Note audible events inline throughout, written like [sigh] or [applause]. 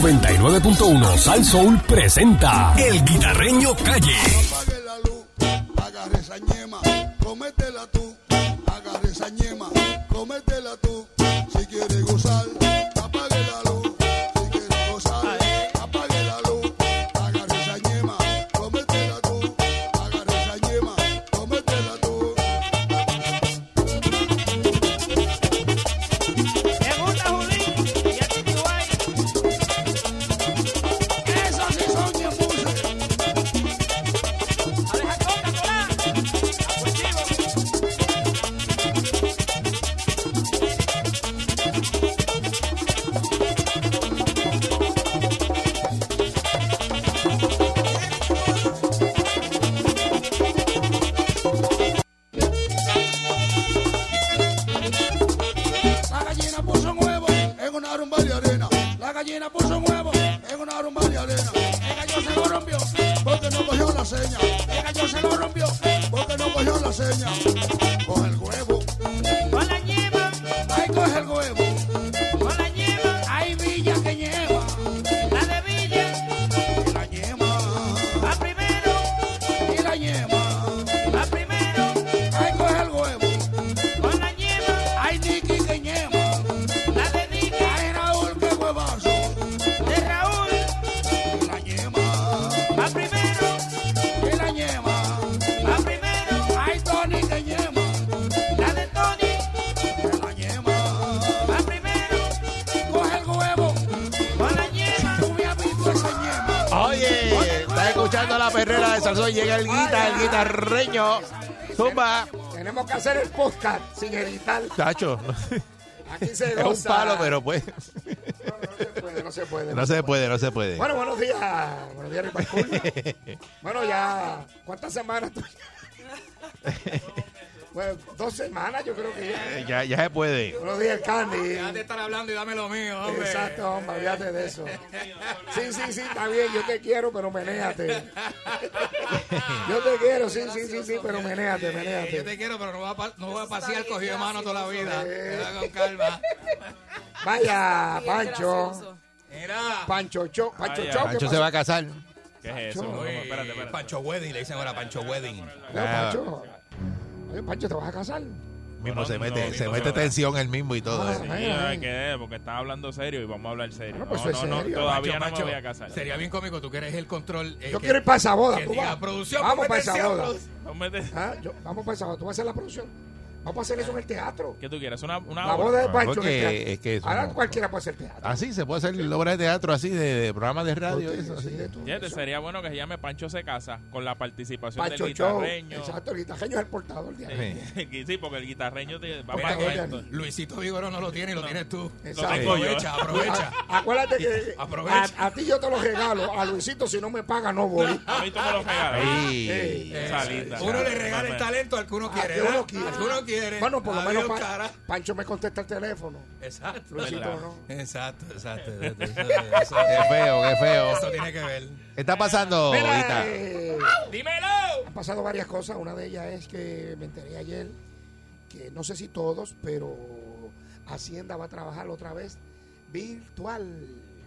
99.1 Sal Soul presenta El Guitarreño Calle. Apague la luz, agarre esa ñema, cométela tú, agarre esa ñema, cométela tú, si quieres gozar. Apague la luz, si quieres gozar, apague la luz, agarre esa ñema, cométela tú, agarre esa ñema, cométela tú. Me gusta Julín y a Titi Guay. Esas sí son quien puse. Aleja Coca, Colá. Abusivo. La gallina puso un huevo en una rumba de arena. La gallina puso un huevo en una rumba de arena. El gallo se lo rompió porque no cogió la seña. El gallo se lo rompió porque no cogió la seña. Coge el huevo, Con la yema, ahí coge el huevo. con la yema, Hay villa que lleva la de Villa. y la yema, Va primero, y la yema. va primero. Ahí coge el huevo. Con la yema, Hay Nicky que lleva. la de Villa. Hay Raúl que huevazo De Raúl, y la yema, va primero, y la yema. va primero. Hay Tony que lleva. La de Tony, La yema, va primero. coge el huevo, Con la yema, tú me has visto esa yema. Oye, estás escuchando la perrera de Salsón. Llega el guita, el guitarreño. Zumba. Tenemos que hacer el podcast sin editar. [laughs] Tacho, Aquí se es un goza. palo, pero pues. No, no se puede, no se puede. No se puede, no se puede. Bueno, buenos días. Buenos días, Ricardo. [laughs] Bueno, ya. ¿Cuántas semanas tú? Bueno, dos semanas, yo creo que ya. Ya, ya se puede. Buenos días, Candy. Deja de estar hablando y dame lo mío, hombre. Exacto, hombre, olvídate de eso. Sí, sí, sí, está bien, yo te quiero, pero menéate. Yo te quiero, sí, sí, sí, sí, pero menéate, Eh, yo te menéate. quiero, pero no va a, pa- no va a pasear cogido de mano toda la vida. Mira, con calma. Vaya, Bien Pancho. gracioso. Mira. Pancho Cho, Pancho Cho, ¿qué Pancho se pasó? va a casar. ¿Qué es eso? No, no, Uy, espérate, espérate. Pancho Wedding, le dicen ahora Pancho Wedding. Oye, Ah. Pancho. Oye, Pancho, ¿te vas a casar? Mismo se no, mete, no, se no, mete no. tensión el mismo y todo. Ah, eh. Sí, Ay, ay. ay, ¿qué es? Porque estás hablando serio y vamos a hablar serio. No, No, pues, no, es no, serio. todavía no Pancho, me voy a casar. Sería bien cómico, tú que eres el control. eh, Yo que- quiero ir para esa boda. que tú diga, vas. producción, vamos para ponete esa boda. ciertos. No me des- Ah, yo- vamos para esa boda. Tú vas a hacer la producción. Vamos a hacer eso en el teatro. ¿Qué tú quieres? Una, una La hora? boda de Ah, Pancho. en porque el teatro. es que eso Ahora no- cualquiera puede hacer teatro. Así se puede hacer obra de teatro, así de, de programas de radio. Sí, eso, sí, así. de todo Fíjate, eso. sería bueno que se llame Pancho se casa con la participación Pancho del Show. guitarreño. Exacto, el guitarreño es el portador de ahí. Sí. [laughs] sí, porque el guitarreño te va a Mira, Pancho que pagar Wedding. esto. Luisito Vigoró no lo tiene y pues, lo tienes tú. Exacto. Ah, tengo yo. Aprovecha, aprovecha. A- Acuérdate que Aprovecha. a, a ti yo te lo regalo. A Luisito, si no me paga, no voy. A mí tú me lo regalas. Ah, Ey, Ey, Eh, Esa ah, linda. uno le Claro, regala el papá. talento al que uno a quiere. ah, que ¿verdad? uno quiere. Al que uno quiere. Bueno, por lo Adiós, menos Pa- cara. Pancho me contesta el teléfono. Exacto. Luisito, Verdad. ¿no? Exacto, exacto. exacto, exacto. Eso- Qué eso- feo, qué feo. Eso tiene que ver. ¿Qué está pasando, Mira, Guita? eh, ¡Dímelo! han pasado varias cosas. Una de ellas es que me enteré ayer que no sé si todos, pero Hacienda va a trabajar otra vez virtual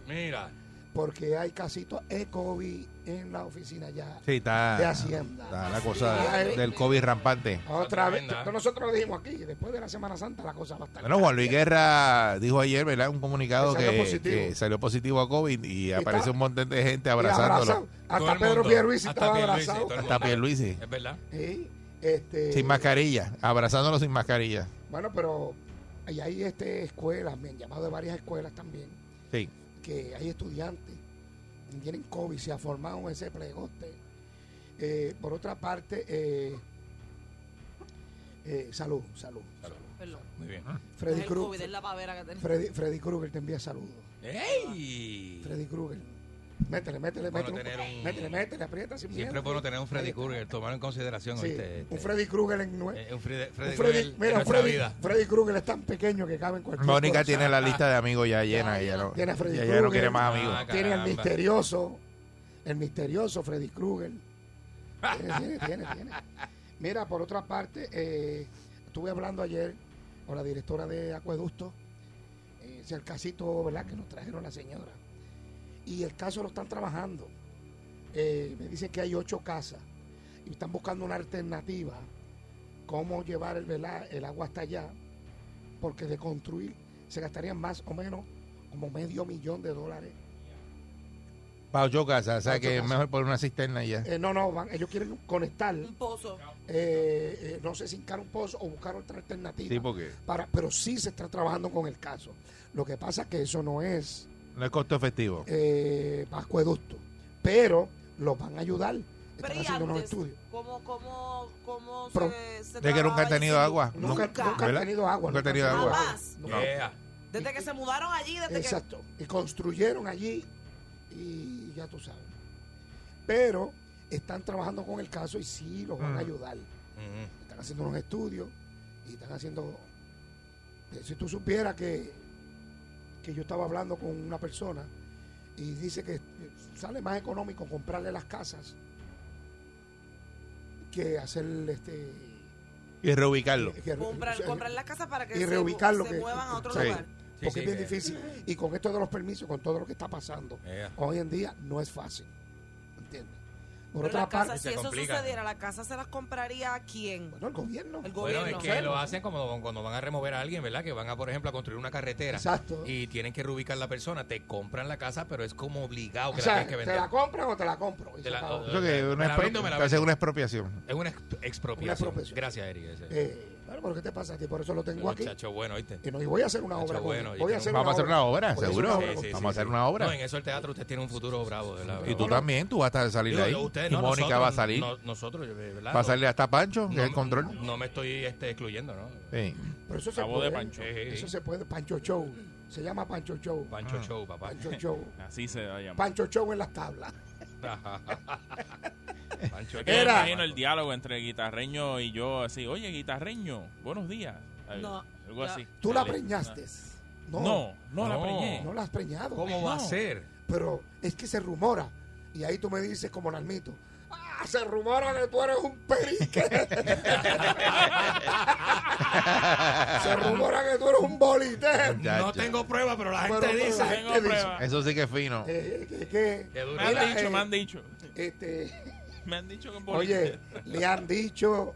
Mira. porque hay casitos de COVID en la oficina ya Sí, está, de Hacienda. está la cosa Ay. del COVID rampante. Otra vez, Tremenda. esto nosotros lo dijimos aquí, después de la Semana Santa la cosa va a estar. Bueno, Juan Luis Guerra dijo ayer, ¿verdad? Un comunicado Que que salió que salió, positivo. positivo a COVID y aparece un montón de gente Y abrazándolo. abrazado. Todo Hasta el Pedro mundo. Pierluisi Hasta estaba Pierluisi, abrazado. todo el Hasta mundo. Pierluisi. Es verdad. Sí, este, Sin mascarilla. Abrazándolo sin mascarilla. Bueno, pero hay, hay, este, escuelas, me han llamado de varias escuelas también, Sí. que hay estudiantes que tienen COVID, se ha formado ese plegote. Eh, por otra parte, eh, eh, salud, salud. Perdón. Muy bien. Es Freddy el COVID, es Krueger la pavera que tenemos. Freddy, Freddy Krueger te envía saludos. ¡Ey! Freddy Krueger. Métele, métele, Bueno, métele. tener un- Métele, métele, aprieta sin Siempre es miedo. bueno tener un Freddy Krueger, tomarlo en consideración. Sí, ¿oíste? Este, un Freddy Krueger en nue- eh, un Freddy, un Freddy- Freddy Krueger en mira, un nuestra Freddy, vida. Freddy Krueger es tan pequeño que cabe en cualquier Mónica cosa. tiene la lista de amigos ya llena. Ella no, Tiene a Freddy ella ya no Krueger. quiere más amigos. Ah, Tiene el caramba. misterioso, el misterioso Freddy Krueger. Tiene, tiene, tiene, tiene. Mira, por otra parte, eh, estuve hablando ayer con la directora de Acueducto, eh, es el casito, ¿verdad?, que nos trajeron la señora. y el caso lo están trabajando. Eh, me dicen que hay ocho casas y están buscando una alternativa, cómo llevar el, ¿verdad? el agua hasta allá, porque de construir se gastarían más o menos como medio millón de dólares. Para ocho casas, o Pa' sea ocho que es casas. mejor poner una cisterna y ya. Eh, no, no, van- ellos quieren conectar, eh, Un pozo. eh, no sé si hincar un pozo o buscar otra alternativa. Sí, porque para, pero sí se está trabajando con el caso. Lo que pasa es que eso no es no es costo efectivo. eh, acueducto, pero los van a ayudar. Están Pero y haciendo unos antes, estudios. ¿cómo, cómo, cómo Pro- se, se De que nunca trabajaba han tenido allí? agua. Nunca, Nunca. nunca, han ¿Verdad? tenido agua. Nunca han tenido han agua. Nunca. Yeah. Desde que se mudaron allí, desde Exacto. Y construyeron allí y ya tú sabes. Pero están trabajando con el caso y sí los Mm. van a ayudar. Mm-hmm. Están haciendo unos estudios y están haciendo... eh, Si tú supieras que, que yo estaba hablando con una persona y dice que eh, sale más económico comprarle las casas que hacer este... Y reubicarlo. que- que comprar, eh, comprar las casas para que y se, reubicarlo, se que- muevan a otro sí. lugar. Sí, porque sí, eh. es bien que- difícil. Y con esto de los permisos, con todo lo que está pasando, Yeah. hoy en día no es fácil. ¿Entiendes? Por Pero otra las parte, casas, si se eso complica. sucediera, ¿las casas se las compraría a quién? bueno, el gobierno. El Bueno, gobierno. es que lo hacen como cuando van a remover a alguien, ¿verdad? Que van a, por ejemplo, a construir una carretera. Exacto. Y tienen que reubicar la persona. Te compran la casa, pero es como obligado o que sea, la tengas que ¿te vender. la compran o te la compro? Y Te se la- acabó. Eso que Me una la expro- vendo, me la te hacen vendo. una expropiación. Es una ex- expropiación. expropiación. Gracias, Eric. ese. Eh, bueno, pero ¿qué te pasa a ti? Por eso lo tengo aquí. Muchacho bueno, ¿viste? Y, no, y voy a hacer una Muchacho obra. con bueno, él. y voy tiene a un- hacer Vamos a hacer una obra, voy a hacer seguro. una Sí, obra sí, con- sí, Vamos a hacer sí. una obra. No, en eso el teatro usted tiene un futuro bravo, ¿verdad? Y tú también, tú vas a salir de Digo, ahí. yo- ustedes Y no, Mónica nosotros, va a salir. no- nosotros, yo- eh, ¿verdad? Va a salir hasta Pancho, que No es el me- control. No me estoy este, excluyendo, ¿no? [laughs] Sí. Pero eso se La voz puede. Eh. de Pancho. Eso se puede. Pancho Show. Se llama Pancho Show. Pancho Ah. Show, [laughs] papá. Pancho Show. Así se va a llamar. Pancho Show en las tablas. Pancho Es que Show. me imagino el diálogo entre guitarreño y yo así, oye guitarreño, buenos días. Ay, No, algo ya. así. Tú la Dale. preñaste. No. No, no, la No. preñé. No la has preñado. ¿Cómo va a No. ser? pero es que se rumora. Y ahí tú me dices como Nalmito, ah, se rumora que tú eres un perique. [laughs] se rumora que tú eres un bolitero. Ya, no ya. tengo pruebas, pero la Pero, gente pero, dice. la Tengo gente dice, pruebas. Eso sí que es fino. eh, que- que- Qué duro. Me han Mira, dicho, eh, me han dicho. [laughs] este, Me han dicho que es bonito. oye, le han dicho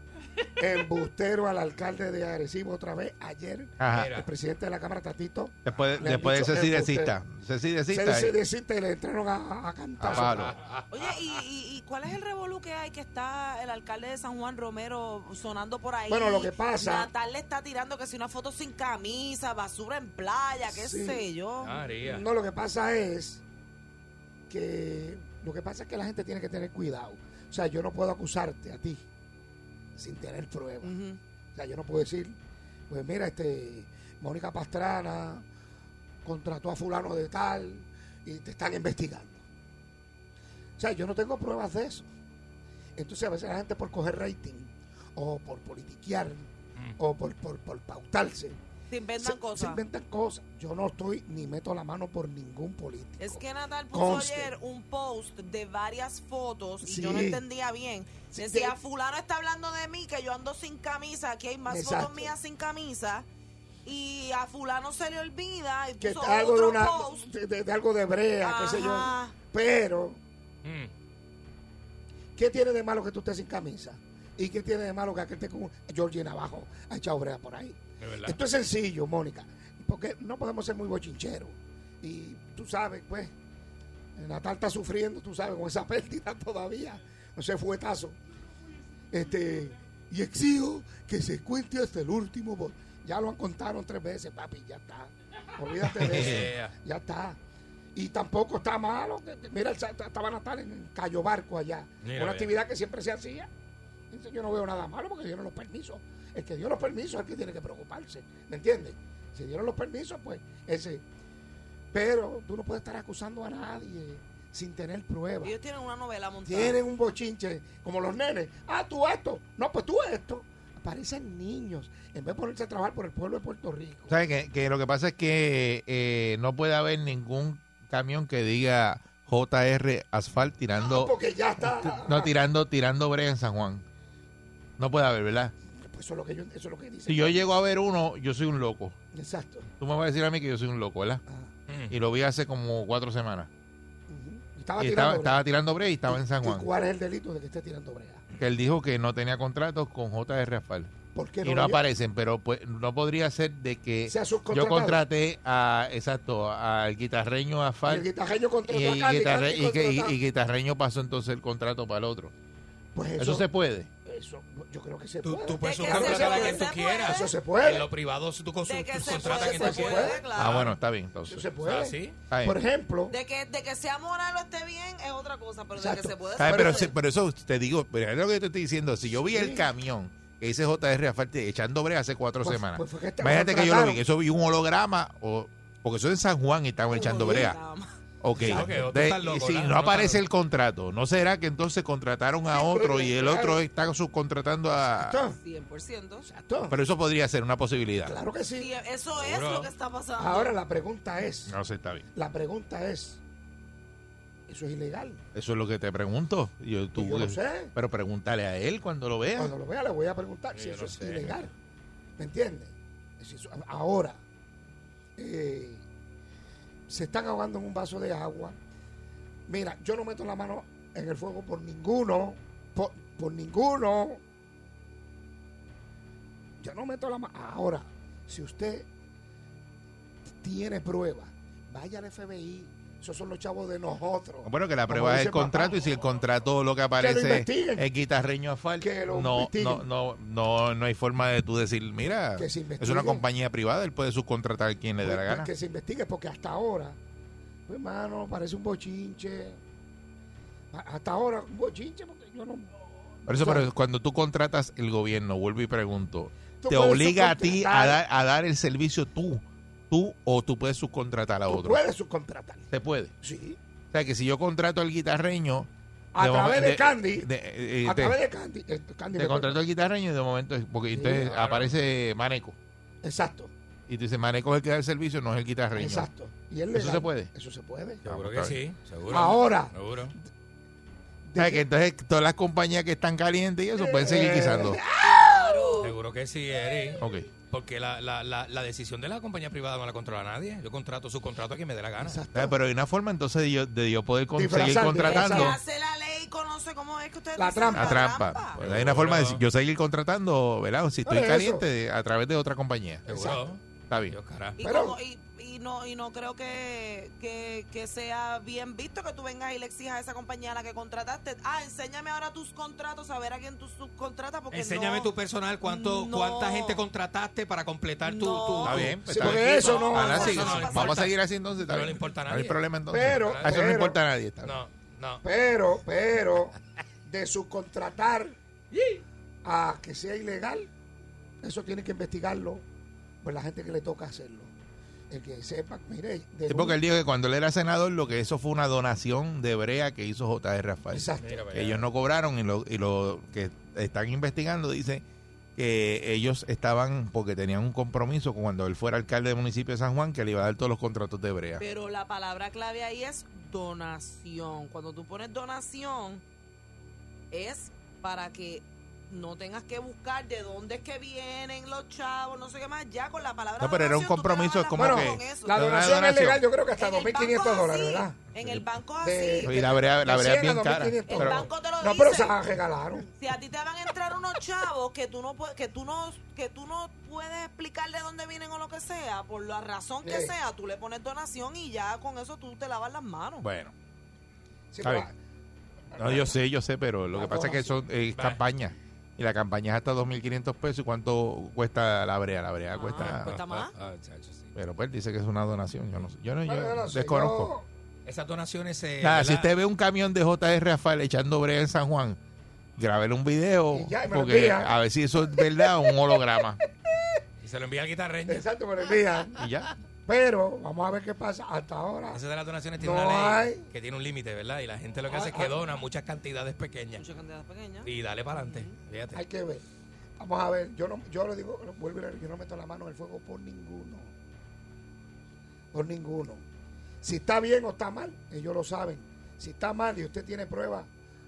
embustero al alcalde de Arecibo otra vez ayer, Ajá. Mira. el presidente de la Cámara Tatito. Después, le han después dicho, de Ceci "Eh, usted". decista. Ceci Se decista. dice, eh, decirte y le entraron a, a A cantar. palo. Oye, ¿y, y, y cuál es el revolú que hay que está el alcalde de San Juan Romero sonando por ahí? Bueno, lo que pasa- Natal le está tirando que si una foto sin camisa, basura en playa, qué Sí. sé yo. María. No, lo que pasa es que lo que pasa es que la gente tiene que tener cuidado. O sea, yo no puedo acusarte a ti sin tener pruebas. Ujú. O sea, yo no puedo decir, pues mira, este Mónica Pastrana contrató a fulano de tal y te están investigando. O sea, yo no tengo pruebas de eso. Entonces a veces la gente por coger rating o por politiquear o por, por, por pautarse Se inventan cosas. se inventan cosas. Yo no estoy ni meto la mano por ningún político. Es que Natal puso Conste. ayer un post de varias fotos y Sí. yo no entendía bien. Sí, Decía, de- fulano está hablando de mí, que yo ando sin camisa, aquí hay más Exacto. fotos mías sin camisa. Y a fulano se le olvida y que puso algo de otro una post. de, de- de algo de brea, qué sé yo. Ajá. Pero Mm. ¿qué tiene de malo que tú estés sin camisa? ¿Y qué tiene de malo que aquel esté con Georgie Navajo ha echado brea por ahí? De verdad. Esto es sencillo, Mónica, porque no podemos ser muy bochincheros. Y tú sabes, pues, Natal está sufriendo, tú sabes, con esa [laughs] pérdida todavía. No se fue tazo. Este, y exijo que se cuente hasta el último voto. Ya lo han contado tres veces, papi, ya está. Olvídate [laughs] de eso. ya está. Y tampoco está malo. que- que- Mira, el sa- estaba Natal en Cayo Barco allá. Mira, una vaya. actividad que siempre se hacía. Entonces, yo no veo nada malo porque dieron los permisos. El que dio los permisos es el que tiene que preocuparse. ¿Me entiendes? Si dieron los permisos, pues ese. Pero tú no puedes estar acusando a nadie sin tener pruebas. Ellos tienen una novela montada. Tienen un bochinche, como los nenes. Ah, tú esto. No, pues tú esto. Aparecen niños en vez de ponerse a trabajar por el pueblo de Puerto Rico. ¿Sabes que, que lo que pasa es que eh, no puede haber ningún camión que diga JR Asphalt No, tirando porque ya está. no tirando tirando brea en San Juan. No puede haber, ¿verdad? Pues eso es lo que yo, eso es lo que dicen. Si yo llego a ver uno, yo soy un loco. Exacto. Tú me vas a decir a mí que yo soy un loco, ¿verdad? Ah. Mm. Y lo vi hace como cuatro semanas. estaba y tirando estaba, brea. estaba tirando brea y estaba en San ¿Y Juan. cuál es el delito de que esté tirando brea? Que él dijo que no tenía contratos con JR Rafael. ¿Por qué Y lo no lle- aparecen, pero pues no podría ser de que Sea subcontratado. yo contraté a, exacto, al guitarreño a Y Fal el guitarreño y, contrató a y Candy, guitarre- Candy y que- y- contrató a- y guitarreño pasó entonces el contrato para el otro. Pues eso, Eso, se puede. eso- yo creo que se Tú, puede. tú puedes De que subcontratar a se quien tú puede, quieras. eso se En puede. lo privado, si tú cons- De que se contratas a puede, quien tú se puede, quieras. claro. Ah, bueno, está bien. Eso Entonces, se O sea, puede. Ah, sí. Está bien. Por ejemplo, De que, de que sea moral o esté bien es otra cosa, pero de Exacto. que se puede. ¿Sabes? se Pero, puede. sí, pero eso te digo, pero es lo que te estoy diciendo. Si yo vi el camión, ese JR Afarte echando brea hace cuatro Pues- semanas. pues fue que este- Imagínate que yo lo contrataron. vi, eso vi un holograma, o porque eso en San Juan y estaban pues, echando brea. Nada más. Ok. Claro que tú De- estás loco, y si ¿verdad? no No aparece estás el contrato, ¿no será que entonces contrataron a pues, otro y el otro está subcontratando a. Exacto. 100%. exacto. Pero eso podría ser una posibilidad. claro que sí. Sí, eso es Seguro. lo que está pasando. Ahora la pregunta es, No sé, está bien. la pregunta es, eso es ilegal. Eso es lo que te pregunto. Yo, tú- yo lo sé. Pero pregúntale a él cuando lo veas. Cuando lo vea le voy a preguntar si Yo eso no es sé. ilegal. ¿Me entiendes? Si eso- ahora, eh, se están ahogando en un vaso de agua. Mira, yo no meto la mano en el fuego por ninguno, por, por ninguno. Yo no meto la mano. Ahora, si usted tiene pruebas, vaya al FBI. Esos son los chavos de nosotros. Bueno, que la Como prueba es el dice papá. contrato y si el contrato lo que aparece investiguen. es guitarreño a fal, Que lo no, no, investiguen. no, no, no hay forma de tú decir, mira, Que se es una investiguen. compañía privada, él puede subcontratar a quien le dé la Pues, gana. Que se investigue, porque hasta ahora, pues, hermano, parece un bochinche. A- Hasta ahora, un bochinche, porque yo no. Por eso, o sea, pero cuando tú contratas el gobierno, vuelvo y pregunto, Tú te puedes obliga a ti a subcontratar. dar, a dar el servicio tú, tú o tú puedes subcontratar a tú otro. puedes subcontratar. Se puede. Sí. O sea, que si yo contrato al guitarreño... A de través momen- de Candy. de- eh, a te- través de Candy. eh, Candy te me- contrato al guitarreño y de momento, porque Sí, entonces claro. aparece Maneco. Exacto. Y tú dices, Maneco es el que da el servicio, no es el guitarreño. Exacto. Y él ¿Eso legal. se puede? Eso se puede. Seguro que Vamos, sí. Seguro. Ahora. Seguro. O sea, que entonces todas las compañías que están calientes y eso pueden Eh. seguir guisando. Seguro que sí, Eric. [laughs] Ok. Porque la, la, la, la decisión de la compañía privada no la controla nadie. Yo contrato su contrato a quien me dé la gana. Ah, Pero hay una forma entonces de yo, de yo poder con- Disfrazar, seguir contratando Que disfrazar. hace la ley y conoce cómo es que ustedes La dicen, trampa. a trampa. Pues hay una forma de yo seguir contratando, ¿verdad? Si Ah, estoy Por eso. caliente, a través de otra compañía. Seguro. Está bien. Dios, carajo. Y, Pero- como- y- y no, y no creo que, que, que sea bien visto que tú vengas y le exijas a esa compañía a la que contrataste. Ah, enséñame ahora tus contratos, a ver a quién tú subcontratas. Porque Enséñame no- tu personal, cuánto, No. cuánta gente contrataste para completar tu... No. tu- Está tu- bien. pues Sí, está porque bien. eso no- Ahora eso sí, no le vamos importa. a seguir así entonces. está No le bien. importa a No hay nadie. problema entonces. Pero- Ah, eso no pero- importa a nadie. está bien. No, no. Pero, pero, de subcontratar a que sea ilegal, eso tiene que investigarlo. Pues la gente que le toca hacerlo. El que sepa, mire. Sí, porque él dijo que cuando él era senador, lo que eso fue una donación de brea que hizo J.R. Rafael. Exacto. que ellos no cobraron y lo, y lo que están investigando dice que ellos estaban porque tenían un compromiso con cuando él fuera alcalde del municipio de San Juan que le iba a dar todos los contratos de brea. Pero la palabra clave ahí es donación. Cuando tú pones donación, es para que no tengas que buscar de dónde es que vienen los chavos, no sé qué más. Ya con la palabra No, pero era un donación, tú te lavas compromiso, es las como Bueno, manos que- con eso. la Una donación es donación. legal, yo creo que hasta En el banco 2.500 así, dólares, ¿verdad? En el banco así. De- Y la brea, la De brea es 100 a bien cara. 2500. El pero- banco te lo No, pero dice. se la regalaron. Si a ti te van a entrar unos chavos que tú no pue- que tú no que tú no puedes explicar de dónde vienen o lo que sea, por la razón que Sí. sea, tú le pones donación y ya con eso tú te lavas las manos. bueno, Sí, Está pero- no, yo sé, yo sé, pero lo que Ah, pasa es que son eh, Vale. campañas. Y la campaña es hasta 2.500 pesos. ¿Y cuánto cuesta la brea? La brea Ah, cuesta... pues cuesta más. Ah, chacho, sí. Pero pues dice que es una donación. Yo no sé. Yo, no, yo Bueno, yo no sé, desconozco. Esas donaciones... eh, Nada, si ¿verdad? usted ve un camión de J.R. Rafael echando brea en San Juan, grábele un video. Y ya, y me lo porque envía. a ver si eso es verdad o un holograma. Y se lo envía al yo- guitarreño. Exacto, me lo envían. Y ya. Pero vamos a ver qué pasa hasta ahora. Esa de las donaciones tiene No una ley hay. que tiene un límite, ¿verdad? Y la gente Ah, lo que Ay, hace es que ay. dona muchas cantidades pequeñas. Muchas cantidades pequeñas. Y dale para adelante. Fíjate. Hay que ver. Vamos a ver, yo no, yo lo digo, lo vuelvo y le- yo no meto la mano en el fuego por ninguno. Por ninguno. Si está bien o está mal, ellos lo saben. Si está mal y usted tiene pruebas,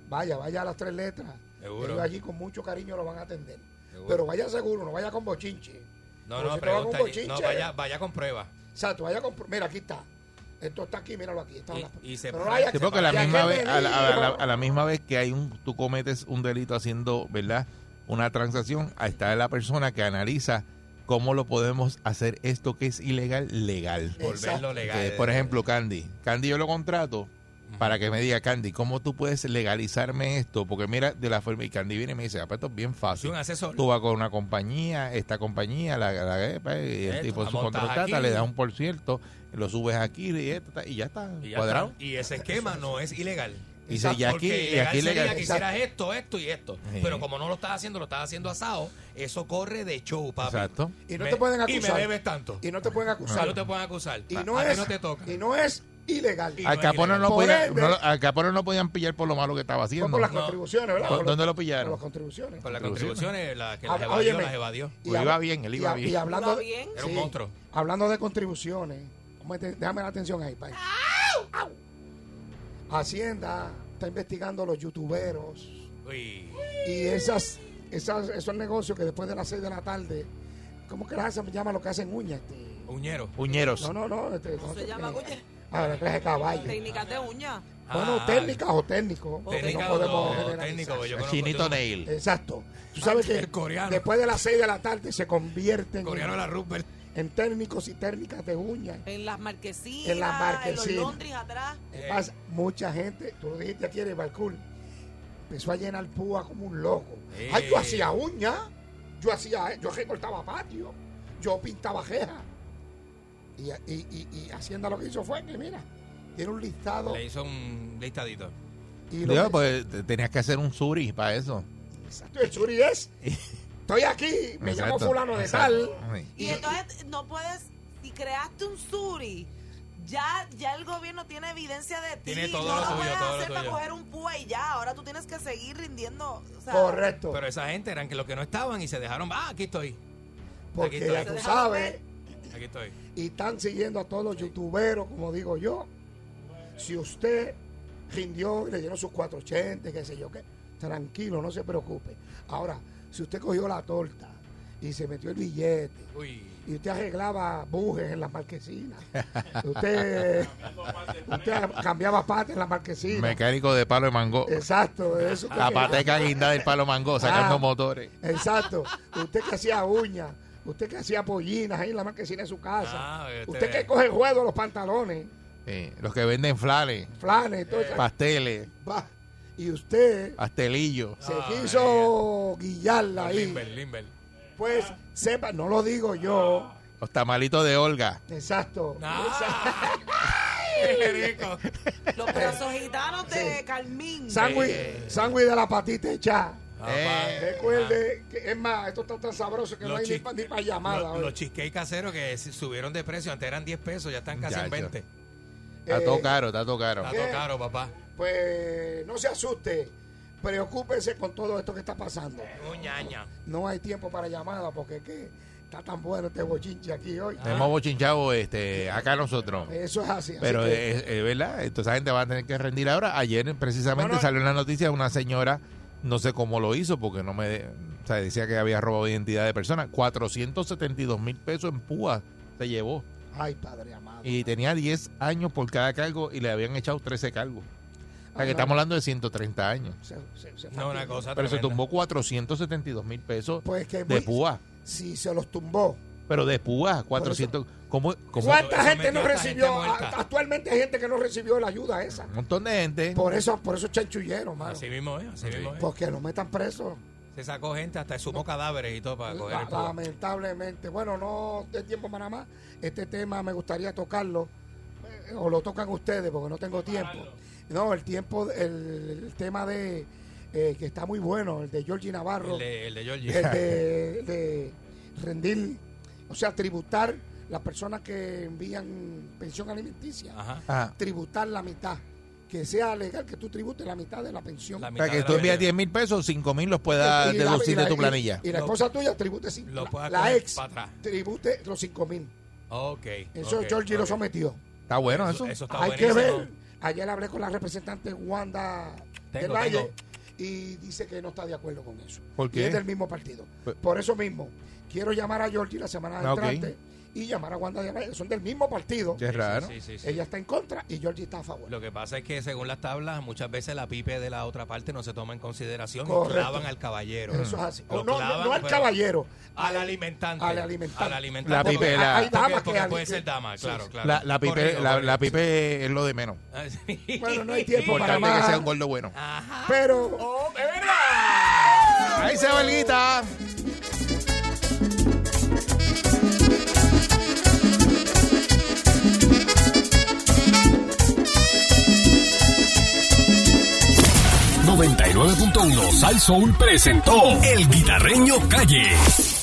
vaya, vaya a las tres letras. Seguro. Ellos allí con mucho cariño lo van a atender. Seguro. Pero vaya seguro, no vaya con bochinche. No, Pero no, si te va con pregunta. allí. bochinche. No, vaya, vaya con pruebas. Exacto, vaya con. pr- Mira, aquí está. Esto está aquí, míralo aquí. Está Y- una- y se Pero pone- hay se Sí, porque a la ¿Y a misma qué vez, a la, a la- delito? a la misma vez que hay un, tú cometes un delito haciendo, ¿verdad? Una transacción, ahí está la persona que analiza cómo lo podemos hacer esto que es ilegal, legal. Volverlo legal. Que, por ejemplo, Candy. Candy yo lo contrato para que me diga, Candy, ¿cómo tú puedes legalizarme esto? Porque mira, de la forma, y Candy viene y me dice, "Ah, pues esto es bien Sí, fácil. un asesor. Tú vas con una compañía, esta compañía, la, la EPA, y el Esto, tipo la su montas contratata, aquí. le das un por cierto, lo subes aquí y, esto, y ya está, Y ya cuadrado. está. Y ese esquema no es ilegal. Y dice, y aquí, Porque y aquí legal sería legal. que hicieras esto, esto y esto. Sí. Pero como no lo estás haciendo, lo estás haciendo asado, eso corre de show, papi. Exacto. Y no Me- te pueden Y me acusar. debes tanto. Y no te pueden O sea, acusar. no te pueden acusar. Y no a ti es, no te toca. y no es ilegal. Y- Al no es Capone ilegal. no, Por podía- ende- no lo- al Capone no podían pillar por lo malo que estaba Fue haciendo. por las no. contribuciones, ¿verdad? ¿Por Por dónde lo los- pillaron? Por las contribuciones. Con las Contribuciones. contribuciones, la que las Ah, evadió, óyeme. las evadió. Y Pues hab- iba bien, él iba y hab- bien. y hablando ¿Iba de- bien? Era un monstruo. Hablando de contribuciones, vamos a ent- déjame la atención ahí, país. Hacienda está investigando a los youtuberos Uy. y esas, esas, esos negocios que después de las 6 de la tarde, ¿cómo que las se llama lo que hacen uñas? este? Uñero. Uñeros. No, no, no. Este, No se llama uña. Ahora, clase de caballo. Técnicas de uña. Bueno, Ah, técnicas o técnicos. Ok. Técnica no podemos o no, generalizar. técnico, yo conozco- Chinito yo- Nail. Exacto. Tú sabes que Ah, El coreano. después de las 6 de la tarde se convierten Coreano Eh. en, la Rupert. en técnicos y técnicas de uñas. En las marquesinas. En las En marquesinas. los Londres atrás. Es más, mucha gente, tú lo dijiste aquí en el balcón, empezó a llenar púa como un loco. Eh. Ay, yo hacía uñas, yo hacía, yo recortaba patio, yo pintaba cejas. Y, y- y- y Hacienda lo que hizo fue que, mira, tiene un listado. Le hizo un listadito. Y lo Digo, que- pues te- tenías que hacer un suri para eso. Exacto, el churi [laughs] es, estoy aquí, me llamo Exacto. fulano de Exacto. tal. Sí. Y entonces no puedes, si creaste un suri, ya, ya el gobierno tiene evidencia de ti. Tiene todo no lo tuyo, puedes todo lo hacer para tuyo. coger un púa y ya. Ahora tú tienes que seguir rindiendo. o sea, Correcto. Pero esa gente eran que los que no estaban y se dejaron. Ah, aquí estoy. porque estoy. ya tú sabes, Aquí estoy. y están siguiendo a todos los youtuberos, como digo yo. Si usted rindió y le dieron sus 480, qué sé yo qué, tranquilo, no se preocupe. Ahora, si usted cogió la torta y se metió el billete Uy. y usted arreglaba bujes en las marquesinas, usted, usted cambiaba patas en las marquesinas. Mecánico de palo de mango. Exacto, eso. que- La pateca guinda del palo mango, sacando Ah. motores. Exacto. Usted que hacía uñas, usted que hacía pollinas ahí en la marquesina de su casa. Ah, este- usted que coge el juego de los pantalones, Sí, los que venden flanes, flanes, todo eso. pasteles, Va. Y usted pastelillos. se Ah, quiso guillarla Limber, ahí. Limber. Pues sepa, no lo digo yo. Los tamalitos de Olga. Exacto. Ah, qué rico. Los brazos gitanos de Carmín. Sándwich sándwich de la patita hecha. Ah, Eh, Recuerde que es más, esto está tan sabroso que no Los hay ni chi- para llamada. Los, oye. los cheesecake caseros que s- subieron de precio, antes eran 10 pesos, ya están casi Ya, ya. en 20. Está Eh, todo caro, está todo caro. Está todo caro, papá. Pues no se asuste. Preocúpese con todo esto que está pasando. Uñaña. No hay tiempo para llamada porque es que está tan bueno este bochinche aquí hoy. Ah. Hemos bochinchado este, acá nosotros. Eso es Eh, así. así Pero eh, que- es, es verdad, entonces esa gente va a tener que rendir ahora. Ayer precisamente No, no. salió en la noticia una señora, no sé cómo lo hizo, porque no me o sea, decía que había robado identidad de persona. 472 mil pesos en púa se llevó. Ay, padre amado. Y tenía 10 años por cada cargo y le habían echado 13 cargos. O sea, que Ah, no. estamos hablando de 130 años. Se- se- se No, una fastidió. cosa Pero se tremenda. tumbó 472 mil pesos Pues que de muy- púa. Si se los tumbó. Pero de púa, 400. ¿cómo, cómo- ¿Cuánta eso gente no metió a esta recibió? gente muerta. A- actualmente hay gente que no recibió la ayuda esa. Un montón de gente. Por eso, por eso chanchulleros, mano. Así mismo es, así mismo es. Porque los metan presos. Se sacó gente, hasta sumó cadáveres y todo para coger el La- púa. lamentablemente. Bueno, no de tiempo para más. Este tema me gustaría tocarlo. eh, o lo tocan ustedes porque no tengo tiempo. No, el tiempo, el, el tema de eh, que está muy bueno, el de Georgie Navarro, El de, el de Georgie. [laughs] el de, de rendir, o sea, tributar las personas que envían pensión alimenticia, Ajá. Ajá. tributar la mitad. Que sea legal que tú tributes la mitad de la pensión. La O mitad sea, que de la tú envías pensión. 10 mil pesos, 5 mil los Y la- puedas y la- deducir y de la- tu y- planilla. Y, la Lo- esposa tuya tribute cinco- lo la, pueda la coger ex pa' atrás. tribute los cinco mil. Ok. Eso ok, Georgie lo ok. sometió. Está bueno eso. Eso está Hay que buenísimo. ver. Ayer hablé con la representante Wanda del Tengo, Valle tengo. y dice que no está de acuerdo con eso. ¿Por Y qué? es del mismo partido. Pues- Por eso mismo, quiero llamar a Georgie la semana Ah, ok. entrante y llamar a Wanda Diana, son del mismo partido. Que es raro. Sí, sí, sí. Ella está en contra y Georgie está a favor. Lo que pasa es que según las tablas, muchas veces la pipe de la otra parte no se toma en consideración y Correcto. clavan al caballero. Eso es así. Lo No, no, clavan, no al pero- caballero. Al alimentante. Al alimentante. Al alimentante. La Porque- pipe, la- Hay damas porque, que porque al- puede ser dama, sí, claro, sí. claro. La, la pipe, Correcto, la, la correcto. pipe es lo de menos. Ah, [laughs] sí. Bueno, no hay tiempo para Importante que más. sea un gordo bueno. Ah. Pero Ahí se va el guita. Sol 99.1 Sal Soul presentó El Guitarreño Calle.